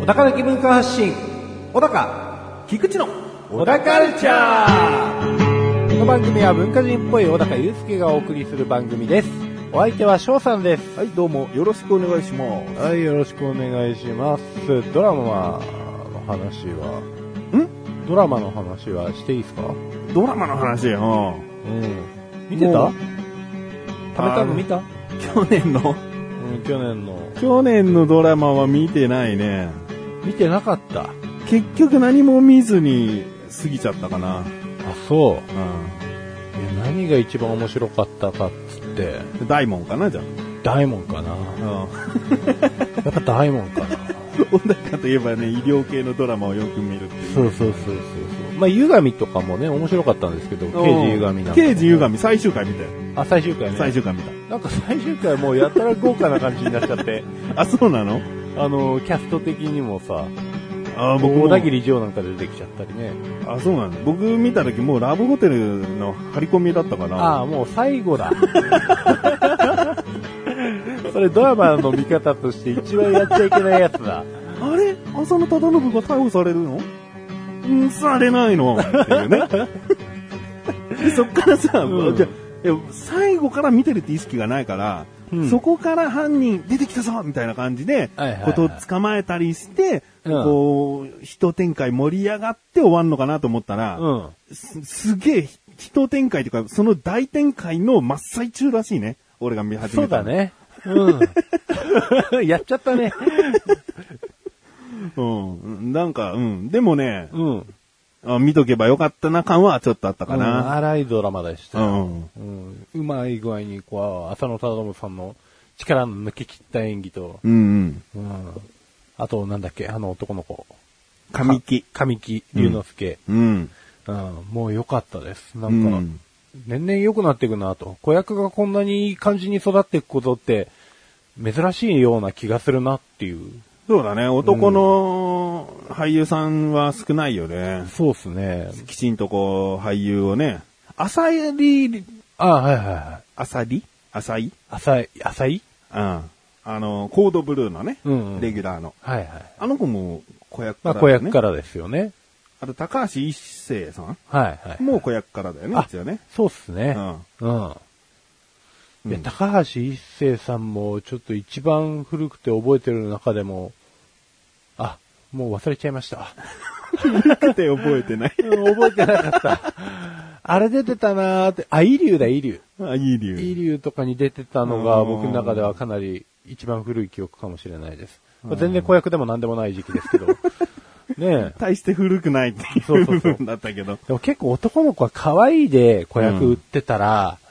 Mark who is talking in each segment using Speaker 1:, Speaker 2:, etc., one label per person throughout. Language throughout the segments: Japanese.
Speaker 1: 小高的文化発信小高菊池の小高カルチャーこの番組は文化人っぽい小高祐介がお送りする番組ですお相手は翔さんです
Speaker 2: はい、どうも、よろしくお願いします。
Speaker 1: はいよろしくお願いしますドラマの話はんドラマの話はしていいですか
Speaker 2: ドラマの話、うん。
Speaker 1: うん見てた
Speaker 2: も
Speaker 1: 貯
Speaker 2: う
Speaker 1: めたの見た
Speaker 2: 去年の
Speaker 1: うん、去年の。
Speaker 2: 去年のドラマは見てないね。
Speaker 1: 見てなかった。あ、
Speaker 2: 結局何も見ずに過ぎちゃったかな。
Speaker 1: そうう。いや何が一番面白かったかっつって、
Speaker 2: ん。大門かな、じゃ
Speaker 1: 大門かな。
Speaker 2: あ。うん。
Speaker 1: やっぱ大門かな。
Speaker 2: 小高といえばね、医療系のドラマをよく見るっていう。
Speaker 1: そうそうそうそうそう。まあ、湯神とかもね、面白かったんですけど、
Speaker 2: うん
Speaker 1: 刑事湯神なんかも
Speaker 2: 刑事ゆがみ、最終回見たよ。
Speaker 1: あ、最終回ね。
Speaker 2: 最終回見
Speaker 1: なんか最終回もうやたら豪華な感じになっちゃ って、
Speaker 2: た。あ、そうなの
Speaker 1: あの、キャスト的にもさ、
Speaker 2: あ、僕も
Speaker 1: 小。田切城なんか出てきちゃったりね。
Speaker 2: あ、そうなの僕見た時もうラブホテルの張り込みだったかな。
Speaker 1: ああ、もう最後だ。 それドラマの見方として一番やっちゃいけないやつだ。
Speaker 2: あれ浅野忠信が逮捕されるのうん、されないのっていうね。で そっからさ、
Speaker 1: うん
Speaker 2: じゃあいや最後から見てるって意識がないから、
Speaker 1: うん
Speaker 2: そこから犯人出てきたぞみたいな感じで、
Speaker 1: はいはいはい
Speaker 2: ことを捕まえたりして、
Speaker 1: うん
Speaker 2: こう、一展開盛り上がって終わんのかなと思ったら、
Speaker 1: うん。
Speaker 2: すすげえ一展開というか、その大展開の真っ最中らしいね。俺が見始
Speaker 1: そ
Speaker 2: め
Speaker 1: う
Speaker 2: た
Speaker 1: だ
Speaker 2: の。
Speaker 1: ね。うん。 やっちゃったね。
Speaker 2: うん。なんか、うん。でもね、
Speaker 1: うん。
Speaker 2: あ見とけばよかったな感はちょっとあったか
Speaker 1: うん
Speaker 2: な。
Speaker 1: 荒いドラマでし
Speaker 2: う
Speaker 1: た。
Speaker 2: ん。
Speaker 1: うん。うまい具合に、こう、浅野忠信さんの力の抜き切った演技と、
Speaker 2: うんうん。
Speaker 1: うん。あと、なんだっけ、あの男の子。
Speaker 2: 神木。
Speaker 1: 神木隆之介。
Speaker 2: うん。
Speaker 1: うん。もう良かったです。な
Speaker 2: うん
Speaker 1: か、
Speaker 2: ん。
Speaker 1: 年々良くなっていくなと。子役がこんなにいい感じに育っていくことって、珍しいような気がするなっていう。
Speaker 2: そうだね。男の俳優さんは少ないよね。
Speaker 1: そうっすね。
Speaker 2: きちんとこう、俳優をね。浅い、
Speaker 1: あはいはいはい。
Speaker 2: 浅り浅い
Speaker 1: 浅い、浅い
Speaker 2: うん。あの、コードブルーのね。
Speaker 1: うんうん
Speaker 2: レギュラーの。
Speaker 1: はいはい。
Speaker 2: あの子も子役か
Speaker 1: ま
Speaker 2: ら、
Speaker 1: あ、
Speaker 2: ね。
Speaker 1: 子役か。らですよね。
Speaker 2: あと、高橋一生さん
Speaker 1: はいはい。
Speaker 2: もう子役からだよね、
Speaker 1: あ
Speaker 2: 一応ね。
Speaker 1: そうっす
Speaker 2: う
Speaker 1: ね。
Speaker 2: ん。
Speaker 1: うん。いや、
Speaker 2: うん
Speaker 1: 高橋一生さんも、ちょっと一番古くて覚えてる中でも、あ、もう忘れちゃいました。
Speaker 2: 見て覚えてない。
Speaker 1: うん覚えてなかった。 あれ出てたなーって、あ、イリュウだ、イリュウ。
Speaker 2: あ、いい理由。
Speaker 1: イリュウとかに出てたのが
Speaker 2: うん
Speaker 1: 僕の中ではかなり一番古い記憶かもしれないです。まあ全然子役でも何でもない時期ですけ ど。ねえ。
Speaker 2: 大して古くないってい
Speaker 1: そううそうそう
Speaker 2: 部分だったけど。
Speaker 1: でも結構男の子は可愛いで子役売ってたら、うん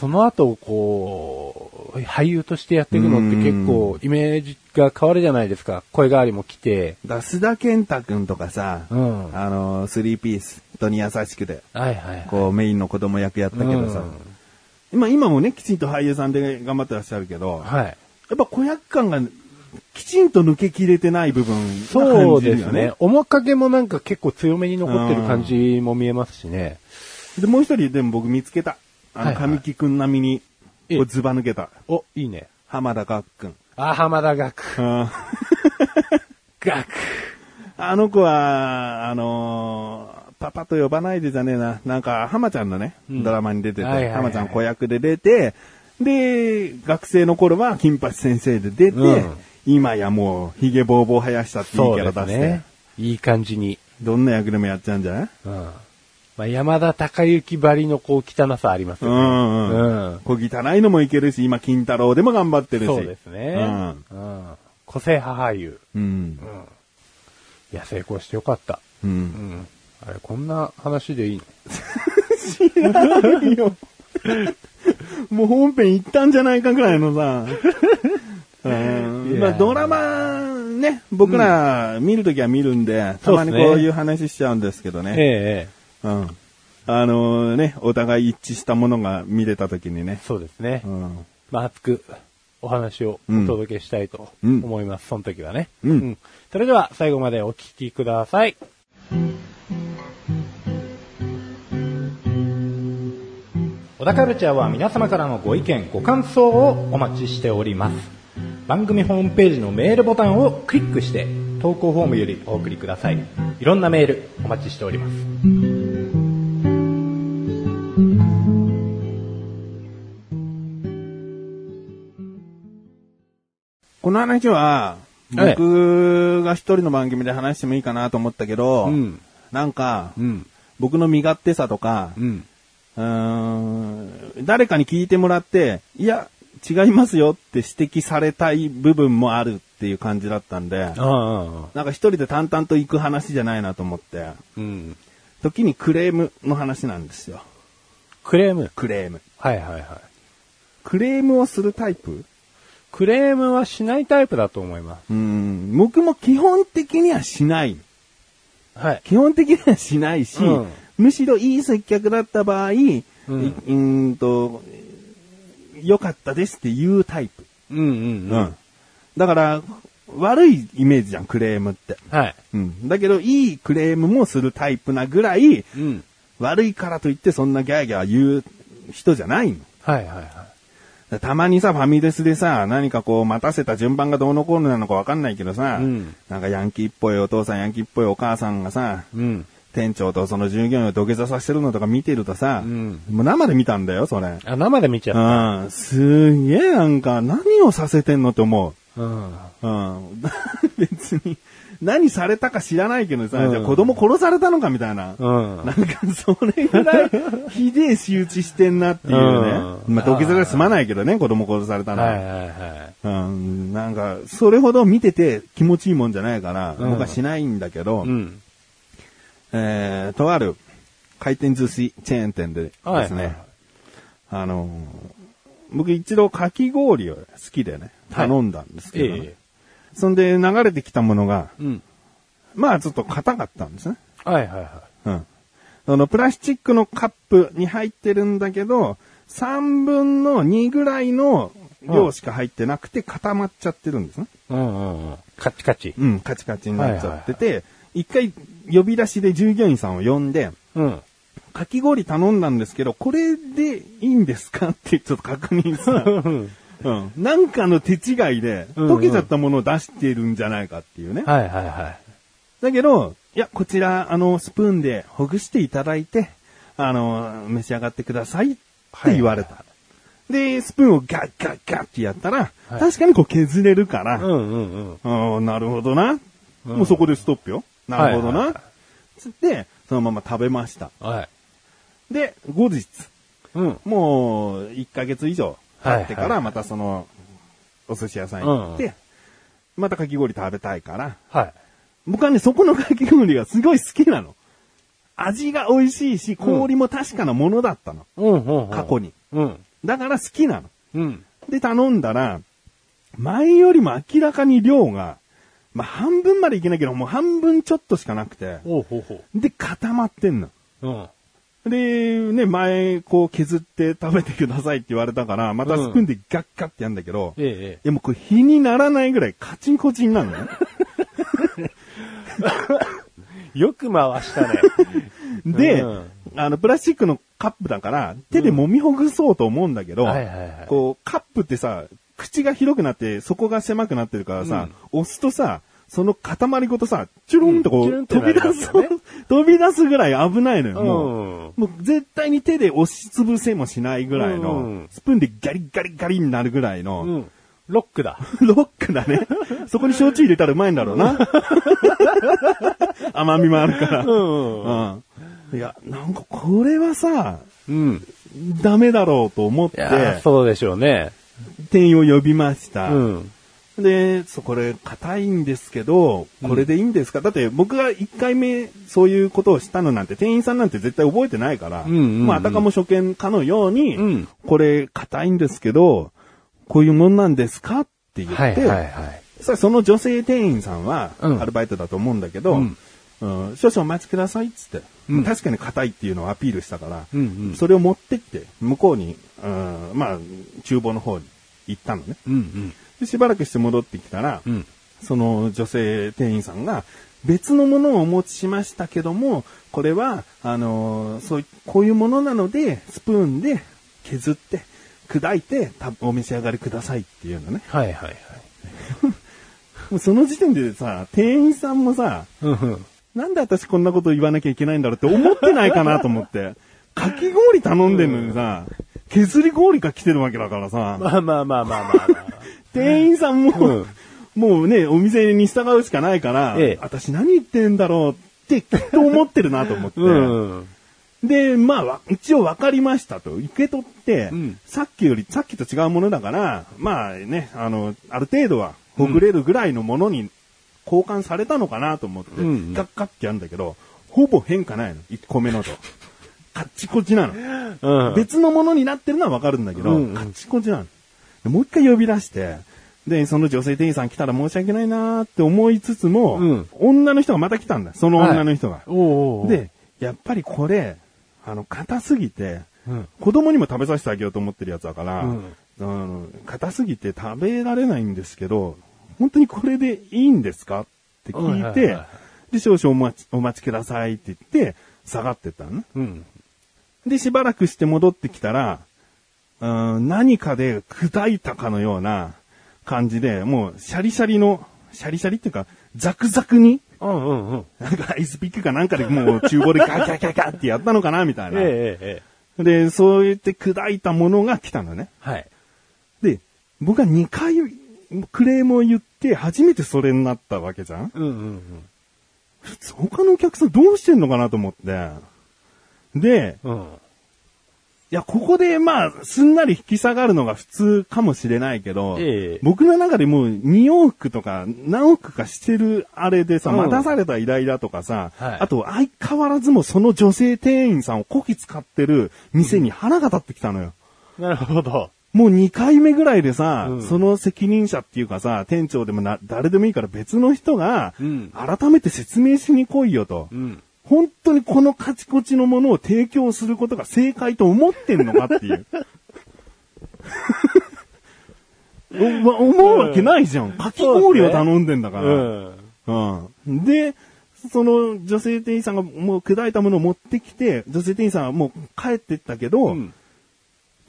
Speaker 1: その後こう、俳優としてやっていくのって結構イメージが変わるじゃないですか。声変わりも来て。
Speaker 2: だ須田健太くんとかさ、
Speaker 1: うん。はい
Speaker 2: あの、スリーピース、人に優しくて、
Speaker 1: はいはい。
Speaker 2: こうメインの子供役やったけどさ、
Speaker 1: うん
Speaker 2: 今今もね、きちんと俳優さんで頑張ってらっしゃるけど、や
Speaker 1: はい。
Speaker 2: っぱ子役感がきちんと抜けきれてない部分が
Speaker 1: そ
Speaker 2: 感
Speaker 1: う
Speaker 2: じ
Speaker 1: で
Speaker 2: るよ
Speaker 1: す
Speaker 2: ね
Speaker 1: ね。。面影もなんか結構強めに残ってる感じも見えますしね。
Speaker 2: で、もう一人でも僕見つけた。あ
Speaker 1: は
Speaker 2: の、
Speaker 1: いはい
Speaker 2: 神木くん並みに、
Speaker 1: え
Speaker 2: こうズバ抜けた。
Speaker 1: お、いいね。
Speaker 2: 浜田岳くん。
Speaker 1: あ、浜田学。
Speaker 2: うん
Speaker 1: 学。
Speaker 2: あの子は、あのーパパと呼ばないでじゃねえな。なんか、浜ちゃんのね、
Speaker 1: うん
Speaker 2: ドラマに出てて、
Speaker 1: はいはいはい
Speaker 2: 浜ちゃん子役で出て、で、学生の頃は金八先生で出て、
Speaker 1: うん
Speaker 2: 今やもう、ヒゲボーボー生やしたっていいキ
Speaker 1: そう
Speaker 2: ャ
Speaker 1: で
Speaker 2: ラ
Speaker 1: す
Speaker 2: 出して、
Speaker 1: ね。いい感じに。
Speaker 2: どんな役でもやっちゃうんじゃない
Speaker 1: うん。まあ、山田孝之ばりのこう汚さあります
Speaker 2: う
Speaker 1: よね。
Speaker 2: んうん。
Speaker 1: うん
Speaker 2: 小汚いのもいけるし、今、金太郎でも頑張ってるし。
Speaker 1: そうですね。うん。個性派俳優。
Speaker 2: うん。うん。
Speaker 1: いや、成功してよかった。
Speaker 2: う。
Speaker 1: うんん。あれ、こんな話でいい の
Speaker 2: いいよもう本編行ったんじゃないかぐらい のさ。うん
Speaker 1: いや
Speaker 2: まあ、ドラマね、僕ら見るときは見るんで、たまにこう
Speaker 1: そうっすね
Speaker 2: いう話しちゃうんですけどね。
Speaker 1: ええ。
Speaker 2: うん、あのね、お互い一致したものが見れたときにね。
Speaker 1: そうですね
Speaker 2: う。ん、
Speaker 1: まあ、熱くお話をお届けしたいと
Speaker 2: うん
Speaker 1: 思います。その時はね。
Speaker 2: うん
Speaker 1: それでは最後までお聞きください。
Speaker 3: 小田カルチャーは皆様からのご意見、ご感想をお待ちしております。番組ホームページのメールボタンをクリックして、投稿フォームよりお送りください。いろんなメールお待ちしております。
Speaker 2: この話は、
Speaker 1: はい
Speaker 2: 僕が一人の番組で話してもいいかなと思ったけど、
Speaker 1: うん
Speaker 2: なんか、
Speaker 1: うん。
Speaker 2: 僕の身勝手さとか、
Speaker 1: うん。
Speaker 2: うーん、誰かに聞いてもらって、いや、違いますよって指摘されたい部分もあるっていう感じだったんで、
Speaker 1: ああ。
Speaker 2: なんか一人で淡々と行く話じゃないなと思って、
Speaker 1: うん。
Speaker 2: 時にクレームの話なんですよ。
Speaker 1: クレーム。
Speaker 2: クレーム。
Speaker 1: はいはいはい。
Speaker 2: クレームをするタイプ
Speaker 1: クレームはしないタイプだと思いま
Speaker 2: うん、僕も基本的にはしない。
Speaker 1: す。はい。
Speaker 2: 基本的にはしないし、
Speaker 1: うん
Speaker 2: むしろいい接客だった場合、い
Speaker 1: うん
Speaker 2: うーんと、良かったですっていうタイプ。
Speaker 1: うんうんう。
Speaker 2: うんんだから、悪いイメージじゃん、クレームって。
Speaker 1: はい。
Speaker 2: うん。だけど、いいクレームもするタイプなぐらい、
Speaker 1: うん。
Speaker 2: 悪いからといってそんなギャーギャー言う人じゃないの。
Speaker 1: はいはいは
Speaker 2: たまにさ、ファミレスでさ、何かこう、待たせた順番がどうのこうのなのかわかんないけどさ、
Speaker 1: うん
Speaker 2: なんかヤンキーっぽいお父さん、ヤンキーっぽいお母さんがさ、
Speaker 1: い。うん。
Speaker 2: 店長とその従業員を土下座させてるのとか見てるとさ、
Speaker 1: うん
Speaker 2: もう生で見たんだよ、それ。
Speaker 1: あ、生で見ちゃっ
Speaker 2: うん、すげえなんか、何をさせてんのって思う。
Speaker 1: た。うん。
Speaker 2: うん、 別に、何されたか知らないけどさ、
Speaker 1: うん
Speaker 2: じゃあ子供殺されたのかみたいな。
Speaker 1: うん
Speaker 2: なんか、それぐらい、ひでえ仕打ちしてんなっていうね。
Speaker 1: うん
Speaker 2: まあ、土下座が済まないけどね、子供殺されたのは。
Speaker 1: はいはいはい。
Speaker 2: うん、なんか、それほど見てて気持ちいいもんじゃないから、
Speaker 1: うん
Speaker 2: 僕はしないんだけど、
Speaker 1: うん。
Speaker 2: えー、とある回転寿司チェーン店でです
Speaker 1: はいはい
Speaker 2: ね、あのー僕一度かき氷を好きでね、
Speaker 1: はい
Speaker 2: 頼んだんですけどね、
Speaker 1: ええ
Speaker 2: そんで流れてきたものが、
Speaker 1: うん。
Speaker 2: まあちょっと硬かったんですね。
Speaker 1: はいはいは
Speaker 2: うん。そのプラスチックのカップに入ってるんだけど、3分の2ぐらいの量しか入ってなくて固まっちゃってるんですね。
Speaker 1: い。うんうんうん。カチカチ。
Speaker 2: うん、カチカチになっちゃってて、一、回呼び出しで従業員さんを呼んで、
Speaker 1: うん。
Speaker 2: かき氷頼んだんですけど、これでいいんですかってちょっと確 認した。うん。なんかの手違いで、
Speaker 1: うんうん
Speaker 2: 溶けちゃったものを出してるんじゃないかっていうね。
Speaker 1: はいはいはい。
Speaker 2: だけど、いや、こちら、あの、スプーンでほぐしていただいて、あの、召し上がってくださいって言われた。で、スプーンをガッガッガッってやったら、
Speaker 1: はい
Speaker 2: 確かにこう削れるから、
Speaker 1: うんうんうん。
Speaker 2: ああ、なるほどな。もうそこでストップよ。なるほど
Speaker 1: はいはい
Speaker 2: な
Speaker 1: はい。
Speaker 2: つって、そのまま食べました。
Speaker 1: はい。
Speaker 2: で、後日、
Speaker 1: うん。
Speaker 2: もう1ヶ月以上経ってか
Speaker 1: はいはいは
Speaker 2: ら、
Speaker 1: い
Speaker 2: またその、お寿司屋さん行っ
Speaker 1: う
Speaker 2: て、またかき氷食べたいから、
Speaker 1: はい。
Speaker 2: 僕はね、そこのかき氷がすごい好きなの。 味が美味しいし、氷も確かなものだったの。
Speaker 1: うんうんうん。
Speaker 2: 過去に。
Speaker 1: うん。
Speaker 2: だから好きなの。
Speaker 1: うん。
Speaker 2: で、頼んだら、前よりも明らかに量が、まあ、半分までいけないけど、もう半分ちょっとしかなくて、
Speaker 1: おうほうほ
Speaker 2: で、固まってんの。
Speaker 1: う。うん。
Speaker 2: で、ね、前、こう削って食べてくださいって言われたから、またスプーンでガッガッってやんだけど、い
Speaker 1: え
Speaker 2: やもうこれ火にならないぐらいカチンコチンなのね。
Speaker 1: え。よく回したね。
Speaker 2: で、
Speaker 1: うん
Speaker 2: あの、プラスチックのカップだから、手で揉みほぐそうと思うんだけ ど、
Speaker 1: はいはいはい
Speaker 2: こう、カップってさ、口が広くなって、底が狭くなってるからさ、押すとさ、その塊ごとさ、チュルンとこう、
Speaker 1: うんチュルン
Speaker 2: 飛び
Speaker 1: ってなり
Speaker 2: 出
Speaker 1: ます
Speaker 2: す、
Speaker 1: よね
Speaker 2: 飛び出すぐらい危ないのよ、もう。
Speaker 1: う
Speaker 2: もう絶対に手で押しつぶせもしないぐらいの、
Speaker 1: うん
Speaker 2: スプーンでガリガリガリになるぐらいの、
Speaker 1: うん。ロックだ。
Speaker 2: ロックだね。そこに焼酎入れたらうまいんだろう な。甘みもあるから。うん。いや、なんかこれはさ、
Speaker 1: うん。
Speaker 2: ダメだろうと思っ
Speaker 1: いやー、
Speaker 2: て、
Speaker 1: そうでしょうね。
Speaker 2: 店員を呼びました。
Speaker 1: うん。
Speaker 2: で、そう、これ硬いんですけど、これでいいんですか、だって僕が1回目そういうことをしたのなんて店員さんなんて絶対覚えてないから、
Speaker 1: んうんうん
Speaker 2: まあ、あたかも初見かのように、
Speaker 1: うん
Speaker 2: これ硬いんですけど、こういうもんなんですかって言って、
Speaker 1: はいはいはい。
Speaker 2: さその女性店員さんは、
Speaker 1: うん
Speaker 2: アルバイトだと思うんだけ
Speaker 1: う
Speaker 2: ど、うんん少々お待ちくださいっつって、
Speaker 1: うん
Speaker 2: 確かに硬いっていうのをアピールしたから、
Speaker 1: うんうん
Speaker 2: それを持ってって、向こうに、うんまあ、厨房の方に行ったのね。
Speaker 1: うん
Speaker 2: でしばらくして戻ってきたら、
Speaker 1: うん。うん。
Speaker 2: その女性店員さんが、別のものをお持ちしましたけども、これは、あのーそうい、こういうものなので、スプーンで削って、砕いて、たお召し上がりくださいっていうのね。
Speaker 1: はいはいはい。
Speaker 2: もうその時点でさ、店員さんもさ、
Speaker 1: うんうん。
Speaker 2: なんで私こんなこと言わなきゃいけないんだろうって思ってないかなと思って。かき氷頼んでんのにさ、削り氷が来てるわけだからさ、
Speaker 1: まあまあまあまあまあ、まあ。
Speaker 2: 店員さんも、
Speaker 1: うん
Speaker 2: もうね、お店に従うしかないから、
Speaker 1: ええ
Speaker 2: 私何言ってんだろうってきっと思ってるなと思って。
Speaker 1: うん。
Speaker 2: で、まあわ、一応分かりましたと。受け取って、
Speaker 1: うん
Speaker 2: さっきより、さっきと違うものだから、まあね、あの、ある程度は、ほぐれるぐらいのものに交換されたのかなと思って、
Speaker 1: うんうん
Speaker 2: ガッガッってやるんだけど、ほぼ変化ないの。1個目のと。 カッチコチなの。
Speaker 1: うん。
Speaker 2: 別のものになってるのは分かるんだけど、
Speaker 1: うんうん
Speaker 2: カッチコチなの。でもう一回呼び出して、で、その女性店員さん来たら申し訳ないなーって思いつつも、
Speaker 1: うん
Speaker 2: 女の人がまた来たんだ。その女の人が。
Speaker 1: おうおうおう、
Speaker 2: で、やっぱりこれ、あの、硬すぎて、
Speaker 1: うん。
Speaker 2: 子供にも食べさせてあげようと思ってるやつだから、
Speaker 1: うん
Speaker 2: あの、硬すぎて食べられないんですけど、本当にこれでいいんですかって聞いて、
Speaker 1: はいはいは
Speaker 2: で、少々お待ち、お待ちくださいって言って、下がってったのね。
Speaker 1: うん。
Speaker 2: で、しばらくして戻ってきたら、うん、何かで砕いたかのような感じで、もう、シャリシャリの、シャリシャリっていうか、ザクザクに、
Speaker 1: うんうんうん。
Speaker 2: なんかアイスピックかなんかでもう厨房でガキャキャキャってやったのかなみた
Speaker 1: え
Speaker 2: い
Speaker 1: え
Speaker 2: な。
Speaker 1: ええええ。
Speaker 2: で、そう言って砕いたものが来たのね。
Speaker 1: はい。
Speaker 2: で、僕は2回クレームを言って初めてそれになったわけじゃん
Speaker 1: うんうんうん。
Speaker 2: 普通他のお客さんどうしてんのかなと思って。で、
Speaker 1: うん。
Speaker 2: いや、ここでまあ、すんなり引き下がるのが普通かもしれないけど、
Speaker 1: ええ
Speaker 2: 僕の中でもう2往復とか何往復かしてるあれでさ、
Speaker 1: うん
Speaker 2: 待たされた依頼だとかさ、
Speaker 1: はい
Speaker 2: あと相変わらずもうその女性店員さんをこき使ってる店に腹が立ってきたのよ。
Speaker 1: なるほど。
Speaker 2: もう2回目ぐらいでさ、
Speaker 1: うん
Speaker 2: その責任者っていうかさ、店長でもな、誰でもいいから別の人が
Speaker 1: うん、
Speaker 2: 改めて説明しに来いよと。
Speaker 1: うん。
Speaker 2: 本当にこのカチコチのものを提供することが正解と思ってんのかっ ていう。おわ思うわけないじゃん。かき氷を頼んでんだ
Speaker 1: う
Speaker 2: から。
Speaker 1: ん。
Speaker 2: うん。で、その女性店員さんがもう砕いたものを持ってきて、女性店員さんはもう帰ってったけど、
Speaker 1: うん。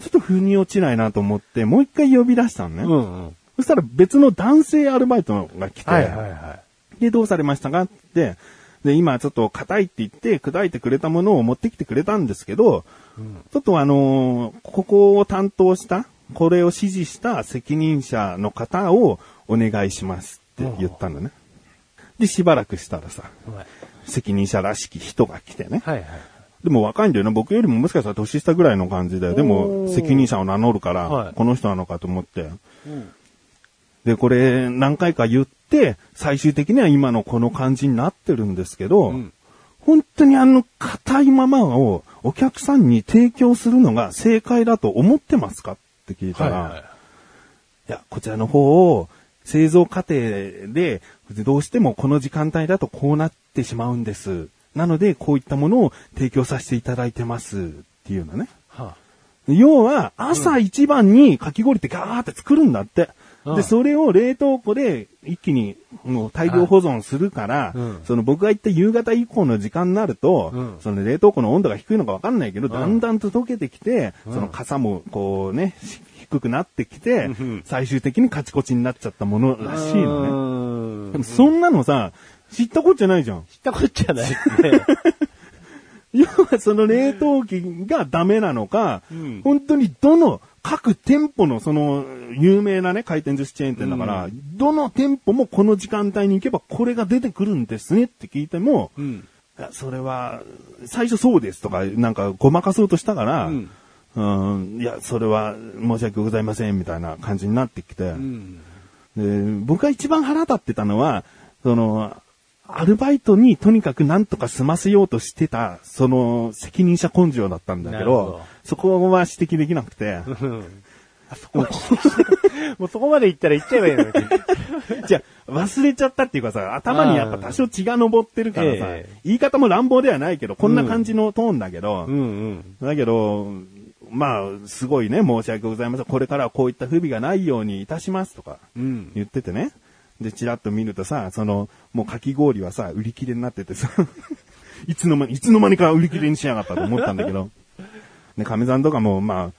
Speaker 2: ちょっと腑に落ちないなと思って、もう一回呼び出したのね。
Speaker 1: うん。
Speaker 2: そしたら別の男性アルバイトが来て、
Speaker 1: はいはいはい。
Speaker 2: で、どうされましたかって、で、今ちょっと硬いって言って、砕いてくれたものを持ってきてくれたんですけど、ちょっとあのーここを担当した、これを指示した責任者の方をお願いしますって言ったのね。で、しばらくしたらさ、
Speaker 1: はい
Speaker 2: 責任者らしき人が来てね。
Speaker 1: はい。
Speaker 2: でも若いんだよな。僕よりももしかしたら年下ぐらいの感じで、でも
Speaker 1: おー
Speaker 2: 責任者を名乗るから、
Speaker 1: はい
Speaker 2: この人なのかと思って。で、これ何回か言って、最終的には今のこの感じになってるんですけど、
Speaker 1: うん
Speaker 2: 本当にあの硬いままをお客さんに提供するのが正解だと思ってますかって聞いた
Speaker 1: はい
Speaker 2: ら、
Speaker 1: はい
Speaker 2: や、こちらの方を製造過程で、どうしてもこの時間帯だとこうなってしまうんです。なので、こういったものを提供させていただいてますっていうのね。
Speaker 1: い。は
Speaker 2: 要は、朝一番にかき氷ってガーって作るんだって。
Speaker 1: うん
Speaker 2: で、それを冷凍庫で一気にもう大量保存するから、
Speaker 1: うん
Speaker 2: その僕が言った夕方以降の時間になると、
Speaker 1: うん
Speaker 2: その冷凍庫の温度が低いのかわかんないけど、
Speaker 1: ん
Speaker 2: だんだんと溶けてきて、
Speaker 1: うん
Speaker 2: その傘もこうね、し低くなってきて、
Speaker 1: うん
Speaker 2: 最終的にカチコチになっちゃったもの
Speaker 1: あ
Speaker 2: らしいのね。
Speaker 1: の
Speaker 2: でもそんなのさ、知ったこっちゃないじゃん。
Speaker 1: 知ったこっちゃないですね。
Speaker 2: 要はその冷凍機がダメなのか、
Speaker 1: うん
Speaker 2: 本当にどの、各店舗のその、有名なね、回転寿司チェーン店だから、どの店舗もこの時間帯に行けばこれが出てくるんですねって聞いても、
Speaker 1: うん。
Speaker 2: いやそれは、最初そうですとか、なんかごまかそうとしたから、
Speaker 1: うん
Speaker 2: うんいや、それは申し訳ございませんみたいな感じになってきて、
Speaker 1: うん。
Speaker 2: で僕が一番腹立ってたのは、その、アルバイトにとにかくなんとか済ませようとしてた、その責任者根性だったんだけ
Speaker 1: なるほ
Speaker 2: ど
Speaker 1: ど、
Speaker 2: そこは指摘できなくて、
Speaker 1: あそこまで、 もうそこまで行ったら行っちゃえばいいのに。
Speaker 2: じゃあ忘れちゃったっていうかさ、頭にやっぱ多少血が上ってるからさ、
Speaker 1: ええ
Speaker 2: 言い方も乱暴ではないけど、こんな感じのトーンだけど、
Speaker 1: うんうん。
Speaker 2: だけど、まあ、すごいね、申し訳ございません。これからはこういった不備がないようにいたしますとか、
Speaker 1: うん
Speaker 2: 言っててね。で、チラッと見るとさ、その、もうかき氷はさ、売り切れになっててさ、 いつの間に、いつの間にか売り切れにしやがったと思ったんだけど。で、亀さんとかも、まあ、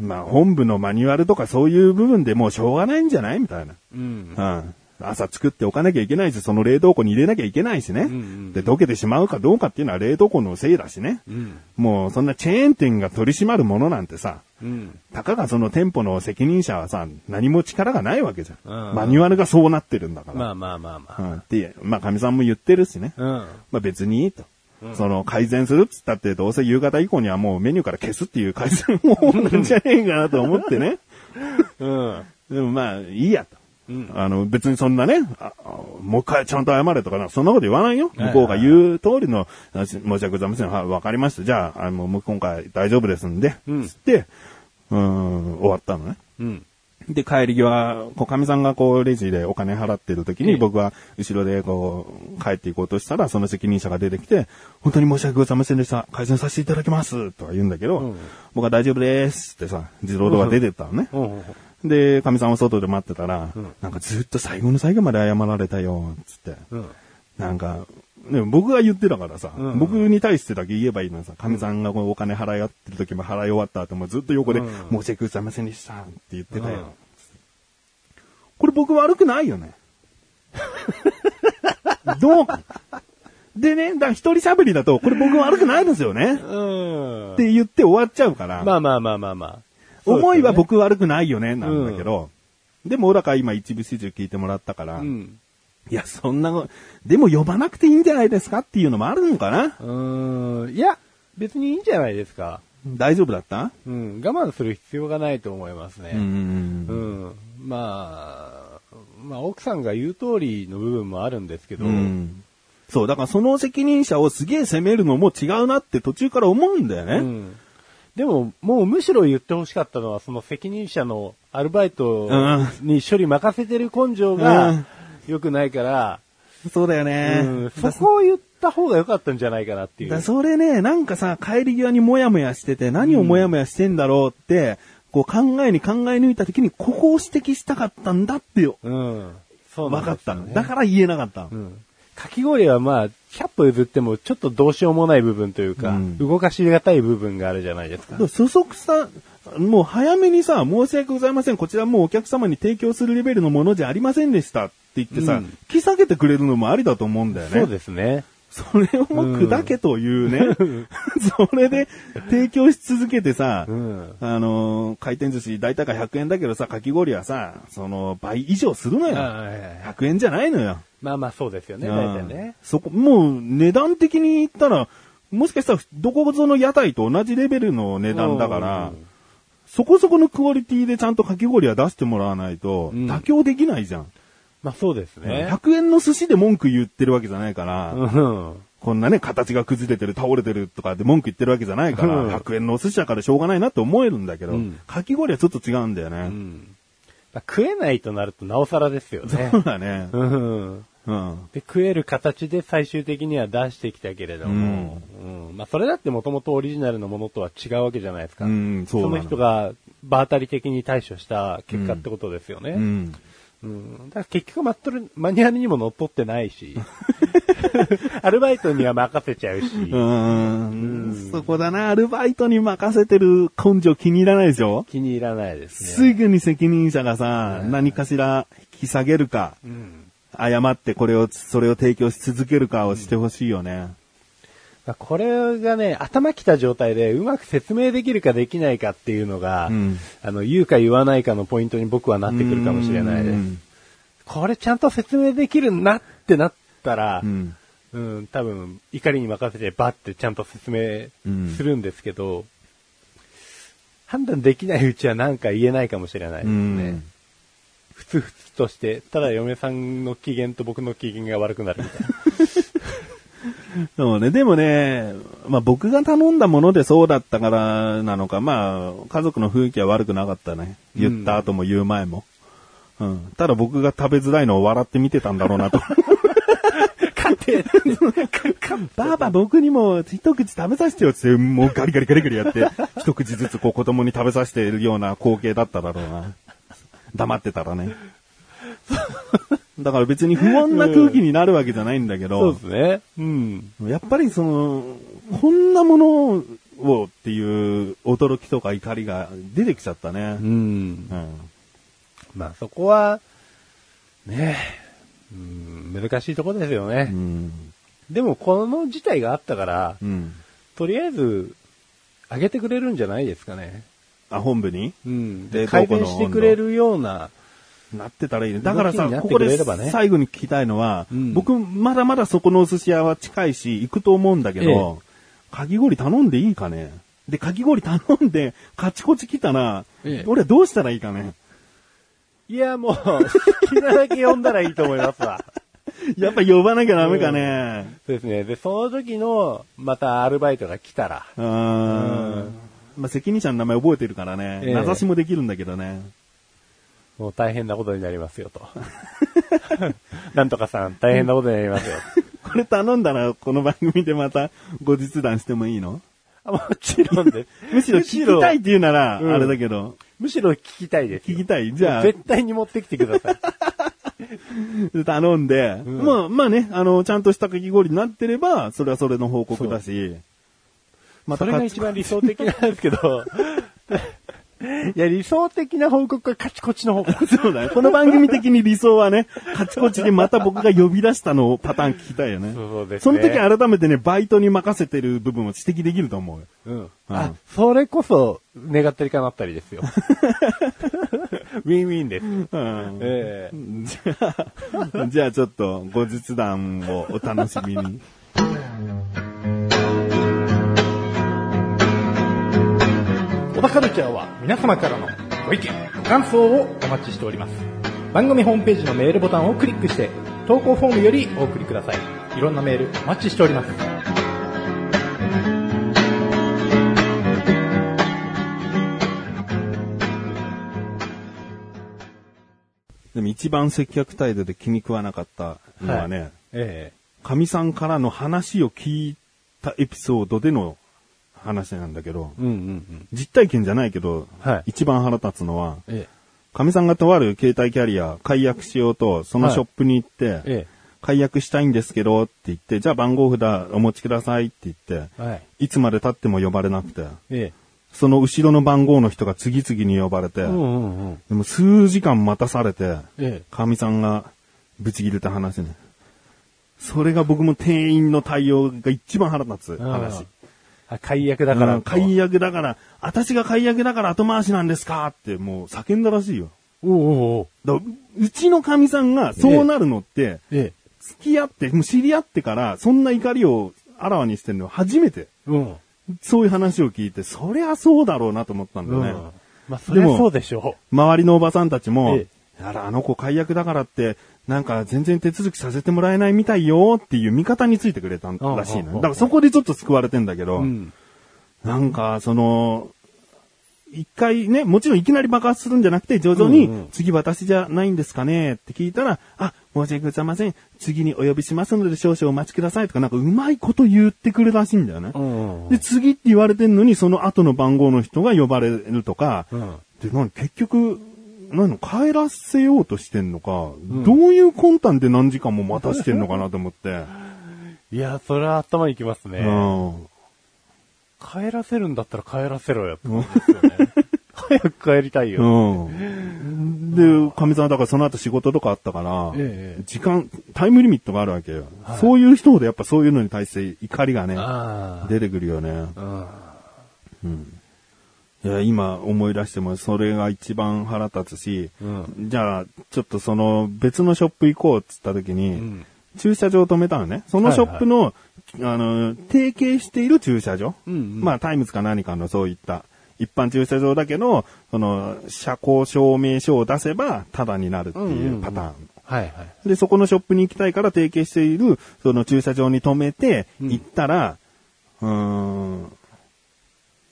Speaker 2: まあ、本部のマニュアルとかそういう部分でもうしょうがないんじゃないみたいな。
Speaker 1: うん。
Speaker 2: うん。朝作っておかなきゃいけないし、その冷凍庫に入れなきゃいけないしね。
Speaker 1: ん
Speaker 2: で、溶けてしまうかどうかっていうのは冷凍庫のせいだしね。
Speaker 1: うん。
Speaker 2: もう、そんなチェーン店が取り締まるものなんてさ、
Speaker 1: うん。
Speaker 2: たかがその店舗の責任者はさ、何も力がないわけじゃん。
Speaker 1: うん
Speaker 2: マニュアルがそうなってるんだから。
Speaker 1: まあまあまあま
Speaker 2: うん。って、まあ、神さんも言ってるしね。
Speaker 1: あ。
Speaker 2: まあ、別にいいと。その、改善するっつったって、どうせ夕方以降にはもうメニューから消すっていう改善方法なんじゃねえかなと思ってね。
Speaker 1: うん。うん。
Speaker 2: でもまあ、いいやと。あの、別にそんなね、ああもう一回ちゃんと謝れとかな、そんなこと言わないよ。
Speaker 1: はい
Speaker 2: 向こうが言う通りの、あし申し訳ございません。はい、わかりました。じゃあ、あの、もう今回大丈夫ですんで、
Speaker 1: うん
Speaker 2: つって、うーん、終わったのね。
Speaker 1: うん。
Speaker 2: で、帰り際、こう、かみさんがこう、レジでお金払ってる時
Speaker 1: え
Speaker 2: に、
Speaker 1: え
Speaker 2: 僕は後ろでこう、帰っていこうとしたら、その責任者が出てきて、本当に申し訳ございませんでした。改善させていただきますとか言うんだけど、
Speaker 1: うん
Speaker 2: 僕は大丈夫ですってさ、自動ドア出てったのね。
Speaker 1: うん。
Speaker 2: で、かみさんは外で待ってたら、なんかずっと最後の最後まで謝られたよ、つって。
Speaker 1: うん。
Speaker 2: なんか、ね、僕が言ってたからさ、
Speaker 1: うん
Speaker 2: 僕に対してだけ言えばいいのにさ、かみさんがこうお金払い合ってる時も払い終わった後もずっと横で、
Speaker 1: うん
Speaker 2: 申し訳ございませんでしたって言ってたよ。
Speaker 1: うん
Speaker 2: これ僕悪くないよね。 どうか。でね、だから一人喋りだと、これ僕悪くないですよね。
Speaker 1: うん。
Speaker 2: って言って終わっちゃうから。
Speaker 1: まあまあまあまあまあ。
Speaker 2: 思いは僕悪くないよね、なんだけど。でも、らか今一部始終聞いてもらったから、
Speaker 1: うん。
Speaker 2: いや、そんなこと、でも呼ばなくていいんじゃないですかっていうのもあるのかな
Speaker 1: うん。いや、別にいいんじゃないですか。
Speaker 2: 大丈夫だった
Speaker 1: うん。我慢する必要がないと思います
Speaker 2: う。
Speaker 1: ね。うんん。まあ、まあ奥さんが言う通りの部分もあるんですけど、
Speaker 2: うん。そう、だからその責任者をすげえ責めるのも違うなって途中から思うんだよね。
Speaker 1: うんでも、もうむしろ言ってほしかったのは、その責任者のアルバイト
Speaker 2: うん
Speaker 1: に処理任せてる根性
Speaker 2: う
Speaker 1: が
Speaker 2: ん
Speaker 1: 良くないから、
Speaker 2: そうだよね。
Speaker 1: うんそこを言った方が良かったんじゃないかなってい
Speaker 2: だから
Speaker 1: う。
Speaker 2: それね、なんかさ、帰り際にモヤモヤしてて、何をモヤモヤしてんだろうって、こう考えに考え抜いた時に、ここを指摘したかったんだってよ。
Speaker 1: うん。そうな
Speaker 2: 分
Speaker 1: ん
Speaker 2: か
Speaker 1: で
Speaker 2: っ
Speaker 1: すよ
Speaker 2: た
Speaker 1: ね
Speaker 2: の。だから言えなかったの。
Speaker 1: うんかき氷はまあ、100歩譲ってもちょっとどうしようもない部分というか、
Speaker 2: うん
Speaker 1: 動かしがたい部分があるじゃないですか
Speaker 2: で。もそそくさ、もう早めにさ、申し訳ございません。こちらもうお客様に提供するレベルのものじゃありませんでしたって言ってさ、
Speaker 1: うん
Speaker 2: 引き下げてくれるのもありだと思うんだよね。
Speaker 1: そうですね。
Speaker 2: それを砕けというね、 それで提供し続けてさ、
Speaker 1: うん
Speaker 2: あのー回転寿司大体が100円だけどさ、かき氷はさ、その倍以上するのよ。
Speaker 1: ああ
Speaker 2: 100円じゃないのよ。
Speaker 1: まあまあそうですよね、
Speaker 2: うん
Speaker 1: 大体ね。
Speaker 2: そこ、もう値段的に言ったら、もしかしたらどこぞの屋台と同じレベルの値段だから
Speaker 1: うん、
Speaker 2: そこそこのクオリティでちゃんとかき氷は出してもらわないと、
Speaker 1: うん
Speaker 2: 妥協できないじゃん。
Speaker 1: まあそうですね。
Speaker 2: 100円の寿司で文句言ってるわけじゃないから、
Speaker 1: うん。
Speaker 2: こんなね、形が崩れてる、倒れてるとかで文句言ってるわけじゃないから、
Speaker 1: うん
Speaker 2: 100円のお寿司だからしょうがないなって思えるんだけど、
Speaker 1: うん
Speaker 2: かき氷はちょっと違うんだよね。
Speaker 1: うんまあ食えないとなるとなおさらですよね
Speaker 2: そ。うだね。
Speaker 1: うん。
Speaker 2: うん。
Speaker 1: で、食える形で最終的には出してきたけれども、うんまあそれだってもともとオリジナルのものとは違うわけじゃないですか。
Speaker 2: うんそうな
Speaker 1: そ
Speaker 2: の
Speaker 1: の人が場当たり的に対処した結果ってことですよね。
Speaker 2: うん。
Speaker 1: うんだから結局マットル、マニュアルにも乗っ取ってない し、アルバイトには任せちゃうし、
Speaker 2: うん。そこだな、アルバイトに任せてる根性気に入らないでしょ
Speaker 1: 気に入らないです
Speaker 2: す
Speaker 1: ね。
Speaker 2: ぐに責任者がさ、何かしら引き下げるか、
Speaker 1: うん
Speaker 2: 謝ってこれを、それを提供し続けるかをしてほしいよね。
Speaker 1: まあこれがね、頭きた状態でうまく説明できるかできないかっていうのが、
Speaker 2: うん
Speaker 1: あの、言うか言わないかのポイントに僕はなってくるかもしれないです。
Speaker 2: うん
Speaker 1: これちゃんと説明できるなってなったら、
Speaker 2: うん。
Speaker 1: うん、多分、怒りに任せてバッてちゃんと説明するんですけど、判断できないうちは何か言えないかもしれないで
Speaker 2: う
Speaker 1: す
Speaker 2: ん。
Speaker 1: ね。ふつふつとして、ただ嫁さんの機嫌と僕の機嫌が悪くなるみたいな。
Speaker 2: そうね。でもね、まあ僕が頼んだものでそうだったからなのか、まあ家族の雰囲気は悪くなかったね。言った後も言う前も。うん。ただ僕が食べづらいのを笑って見てたんだろうなと。
Speaker 1: 勝 手
Speaker 2: ばあば僕にも一口食べさせてよって、もうガリガリガリガリやって、 一口ずつこう子供に食べさせているような光景だっただろうな。黙ってたらね。だから別に不穏な空気になるわけじゃないんだけど。
Speaker 1: そうですね。うん。
Speaker 2: やっぱりその、こんなものをおうっていう驚きとか怒りが出てきちゃったね。
Speaker 1: うん
Speaker 2: う。ん。
Speaker 1: まあそこは、ねえ、うん、難しいところですよ
Speaker 2: う
Speaker 1: ね。
Speaker 2: ん。
Speaker 1: でもこの事態があったから、
Speaker 2: うん。
Speaker 1: とりあえず、上げてくれるんじゃないですかね。
Speaker 2: あ、本部に
Speaker 1: うん。
Speaker 2: 冷
Speaker 1: で、
Speaker 2: 凍庫の
Speaker 1: 改善してくれるような、
Speaker 2: なってたらいいね。だか
Speaker 1: 動
Speaker 2: ら
Speaker 1: き
Speaker 2: さ、
Speaker 1: になっ
Speaker 2: こ
Speaker 1: て
Speaker 2: こ
Speaker 1: くれ
Speaker 2: で
Speaker 1: ればね
Speaker 2: 最後に聞きたいのは、
Speaker 1: うん
Speaker 2: 僕、まだまだそこのお寿司屋は近いし、行くと思うんだけど、かき氷頼んでいいかねで、かき氷頼んで、 カチコチ来たら、
Speaker 1: ええ
Speaker 2: 俺はどうしたらいい かね
Speaker 1: いや、もう、 好きなだけ読んだらいいと思いますわ。
Speaker 2: やっぱ呼ばなきゃダメかね、
Speaker 1: そうですね。で、その時の、またアルバイトが来たら、
Speaker 2: うーん。まあ、責任者の名前覚えてるからね、
Speaker 1: ええ
Speaker 2: 名指しもできるんだけどね。
Speaker 1: もう大変なことになります よと。なんとかさん、大変なことになります よ。
Speaker 2: これ頼んだら、この番組でまた後日談してもいいの
Speaker 1: あもちろんです。
Speaker 2: むしろ聞きたいって言うなら、
Speaker 1: うん
Speaker 2: あれだけど、
Speaker 1: むしろ聞きたいですよ。
Speaker 2: 聞きたい。じゃあ、
Speaker 1: 絶対に持ってきてください。
Speaker 2: 頼んで、
Speaker 1: ん
Speaker 2: まあまあね、あの、ちゃんとしたかき氷になってれば、それはそれの報告だし、ま
Speaker 1: それが一番理想的なんですけ ど、いや、理想的な報告はカチコチの方が。
Speaker 2: そうだね。この番組的に理想はね、カチコチでまた僕が呼び出したのをパターン聞きたいよね。
Speaker 1: そうそうですね
Speaker 2: その時改めてね、バイトに任せてる部分を指摘できると思うよ。
Speaker 1: うん。
Speaker 2: う
Speaker 1: あ
Speaker 2: ん、
Speaker 1: それこそ、願ったりかなったり ですよ。ウィンウィンです。
Speaker 2: うん。
Speaker 1: ええ
Speaker 2: じゃあ、じゃあちょっと、後日談をお楽しみ に。
Speaker 3: 小田カルチャーは皆様からのご意見、ご感想をお待ちしております。番組ホームページのメールボタンをクリックして、投稿フォームよりお送りください。いろんなメールお待ちしております。
Speaker 2: でも一番接客態度で気に食わなかったのはね、
Speaker 1: ええ
Speaker 2: か、み、さんからの話を聞いたエピソードでの話なんだけど、
Speaker 1: うんうん
Speaker 2: 実体験じゃないけど、
Speaker 1: はい
Speaker 2: 一番腹立つのは、
Speaker 1: うん。え
Speaker 2: かみさんがとある携帯キャリア解約しようと、そのショップに行って、
Speaker 1: ええ
Speaker 2: 解約したいんですけどって言って、じゃあ番号札お持ちくださいって言って、
Speaker 1: えはい。
Speaker 2: いつまで経っても呼ばれなくて、
Speaker 1: え
Speaker 2: その後ろの番号の人が次々に呼ばれて、
Speaker 1: えうんうんうん。
Speaker 2: でも数時間待たされて、
Speaker 1: え
Speaker 2: かみさんがブチ切れた話ね。それが僕も店員の対応が一番腹立つ
Speaker 1: え。
Speaker 2: 話。
Speaker 1: あ。あ、解約だか
Speaker 2: だから、
Speaker 1: ら。
Speaker 2: 解約だから、私が解約だから後回しなんですかってもう叫んだらしいよ。
Speaker 1: おうおうおう。
Speaker 2: だうちのかみさんがそうなるのって、
Speaker 1: ええ
Speaker 2: 付き合って、もう知り合ってから、そんな怒りをあらわにしてるのは初めて。
Speaker 1: うん。
Speaker 2: そういう話を聞いて、そりゃそうだろうなと思ったんだよね。
Speaker 1: うん。まあ、そりゃ
Speaker 2: でも
Speaker 1: そうでしょ
Speaker 2: 周りのおばさんたちも、
Speaker 1: え
Speaker 2: あら、あの子解約だからって、なんか全然手続きさせてもらえないみたいよっていう見方についてくれたらしい
Speaker 1: うんうん
Speaker 2: の
Speaker 1: うん
Speaker 2: よ。だからそこでちょっと救われてんだけど、
Speaker 1: う。ん。
Speaker 2: なんか、その、一回ね、もちろんいきなり爆発するんじゃなくて、徐々に、
Speaker 1: うんうん
Speaker 2: 次私じゃないんですかねって聞いたら、あ、申し訳ございません。次にお呼びしますので少々お待ちくださいとか、なんかうまいこと言ってくるらしいんだよね。
Speaker 1: うん
Speaker 2: で、次って言われてんのに、その後の番号の人が呼ばれるとか、
Speaker 1: うん
Speaker 2: で、なん結局、何の帰らせようとしてんのか、どういう魂胆で何時間も待たしてんのかなと思って。
Speaker 1: いや、それは頭いきますね。
Speaker 2: うん。
Speaker 1: 帰らせるんだったら帰らせろよって思うんですよね。 早く帰りたいよ。
Speaker 2: うん。で、かみさんはだからその後仕事とかあったから、
Speaker 1: ええ
Speaker 2: 時間、タイムリミットがあるわけよ。そういう人ほどやっぱそういうのに対して怒りがね、
Speaker 1: あ
Speaker 2: 出てくるよね。
Speaker 1: あ。うん。
Speaker 2: いや、今思い出してもそれが一番腹立つし、
Speaker 1: うん
Speaker 2: じゃあ、ちょっとその別のショップ行こうっつった時に、
Speaker 1: ん
Speaker 2: 駐車場止めたのね。そのショップの、あの、提携している駐車場。
Speaker 1: うんうん
Speaker 2: まあ、タイムズか何かのそういった、一般駐車場だけど、その、車高証明書を出せば、タダになるっていうパターン。
Speaker 1: はいはい。
Speaker 2: で、そこのショップに行きたいから提携している、その駐車場に止めて、
Speaker 1: ん
Speaker 2: 行ったら、うーん、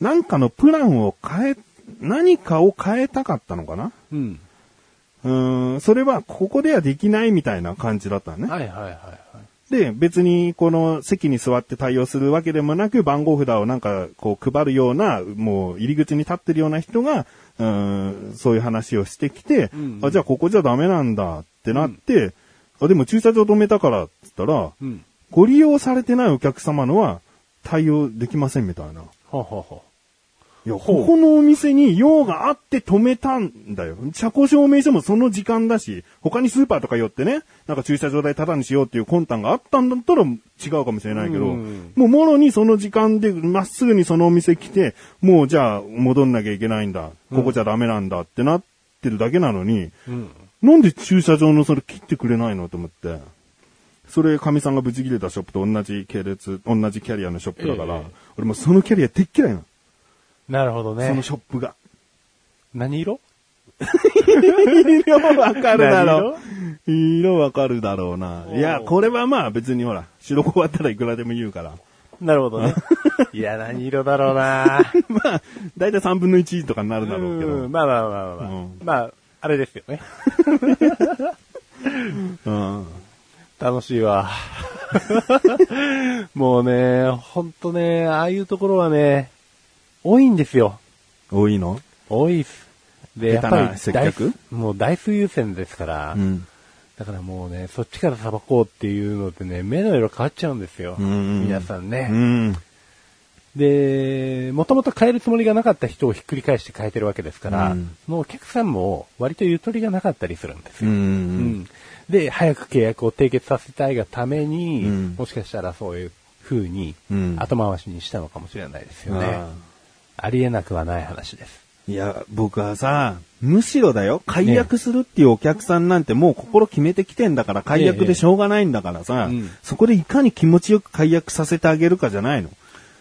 Speaker 2: なんかのプランを変え、何かを変えたかったのかな
Speaker 1: うん。
Speaker 2: うーん、それはここではできないみたいな感じだったのね。
Speaker 1: はいはいはいはい。
Speaker 2: で、別にこの席に座って対応するわけでもなく、番号札をなんかこう配るような、もう入り口に立ってるような人が、うーん、そういう話をしてきて、
Speaker 1: うん
Speaker 2: あ、じゃあここじゃダメなんだってなって、あ、でも駐車場止めたからって言ったら、
Speaker 1: うん。
Speaker 2: ご利用されてないお客様のは対応できませんみたいな。
Speaker 1: ほうほうほ
Speaker 2: いや、ここのお店に用があって止めたんだよ。車庫証明書もその時間だし、他にスーパーとか寄ってね、なんか駐車場代タダにしようっていう魂胆があったんだったら違うかもしれないけど、
Speaker 1: うん
Speaker 2: もうもろにその時間でまっすぐにそのお店来て、もうじゃあ戻んなきゃいけないんだ、ここじゃダメなんだってなってるだけなのに、
Speaker 1: う。うん。
Speaker 2: なんで駐車場のそれ切ってくれないのと思って。それ、神さんがブチ切れたショップと同じ系列、同じキャリアのショップだか
Speaker 1: え
Speaker 2: ら、
Speaker 1: え
Speaker 2: 俺もうそのキャリアでっ嫌いなの。
Speaker 1: なるほど
Speaker 2: そ
Speaker 1: ね
Speaker 2: の。ショップが。
Speaker 1: 何 色
Speaker 2: 色わかるだろ
Speaker 1: 何
Speaker 2: う。色わかるだろうな。
Speaker 1: おー
Speaker 2: いや、これはまあ別にほら、白子終わったらいくらでも言うから。
Speaker 1: なるほどね。いや、何色だろうな
Speaker 2: まあ、だいたい3分の1とかになるだろうけど。
Speaker 1: うんまあまあまあまあまあ。
Speaker 2: うん
Speaker 1: まあ、あれですよね。
Speaker 2: うん。
Speaker 1: 楽しいわ。 もうね、ほんとね、ああいうところはね、多いんですよ。
Speaker 2: 多いの
Speaker 1: 多いっす。で、やっ
Speaker 2: 下手な
Speaker 1: ぱり
Speaker 2: 接
Speaker 1: 大
Speaker 2: 客
Speaker 1: もう大数優先ですから、
Speaker 2: ん。
Speaker 1: だからもうね、そっちから裁こうっていうのってね、目の色変わっちゃうんですよ。
Speaker 2: うん
Speaker 1: 皆さん
Speaker 2: う
Speaker 1: ね。
Speaker 2: ん。
Speaker 1: で、もともと変えるつもりがなかった人をひっくり返して変えてるわけですから、
Speaker 2: うん
Speaker 1: そのお客さんも割とゆとりがなかったりするんです
Speaker 2: う。
Speaker 1: よ。うんんで、早く契約を締結させたいがために、
Speaker 2: うん
Speaker 1: もしかしたらそういう風に
Speaker 2: うん
Speaker 1: 後回しにしたのかもしれないですよね。
Speaker 2: ああ
Speaker 1: ありえなくはない話です。
Speaker 2: いや、僕はさ、むしろだよ、解約するっていうお客さんなんてもう心決めてきてんだから、解約でしょうがないんだからさ、
Speaker 1: ええうん
Speaker 2: そこでいかに気持ちよく解約させてあげるかじゃないの。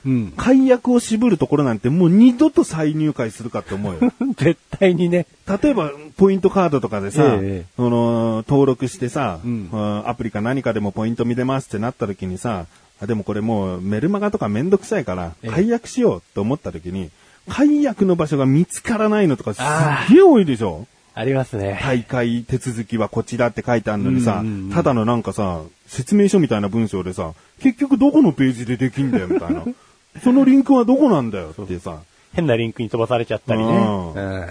Speaker 1: うん。
Speaker 2: 解約を渋るところなんてもう二度と再入会するかって思うよ。
Speaker 1: 絶対にね。
Speaker 2: 例えば、ポイントカードとかでさ、
Speaker 1: ええ
Speaker 2: その、登録してさ、
Speaker 1: うん
Speaker 2: うんアプリか何かでもポイント見れますってなった時にさ、あでもこれもうメルマガとかめんどくさいから、
Speaker 1: ええ
Speaker 2: 解約しようと思った時に、解約の場所が見つからないのとかす
Speaker 1: あー
Speaker 2: っげえ多いでしょ
Speaker 1: ありますね。
Speaker 2: 大会手続きはこっちだって書いてあるのにさ、
Speaker 1: うんうんうん
Speaker 2: ただのなんかさ、説明書みたいな文章でさ、結局どこのページでできんだよ みたいな。そのリンクはどこなんだよってさ、
Speaker 1: 変なリンクに飛ばされちゃったりね。
Speaker 2: うん
Speaker 1: うん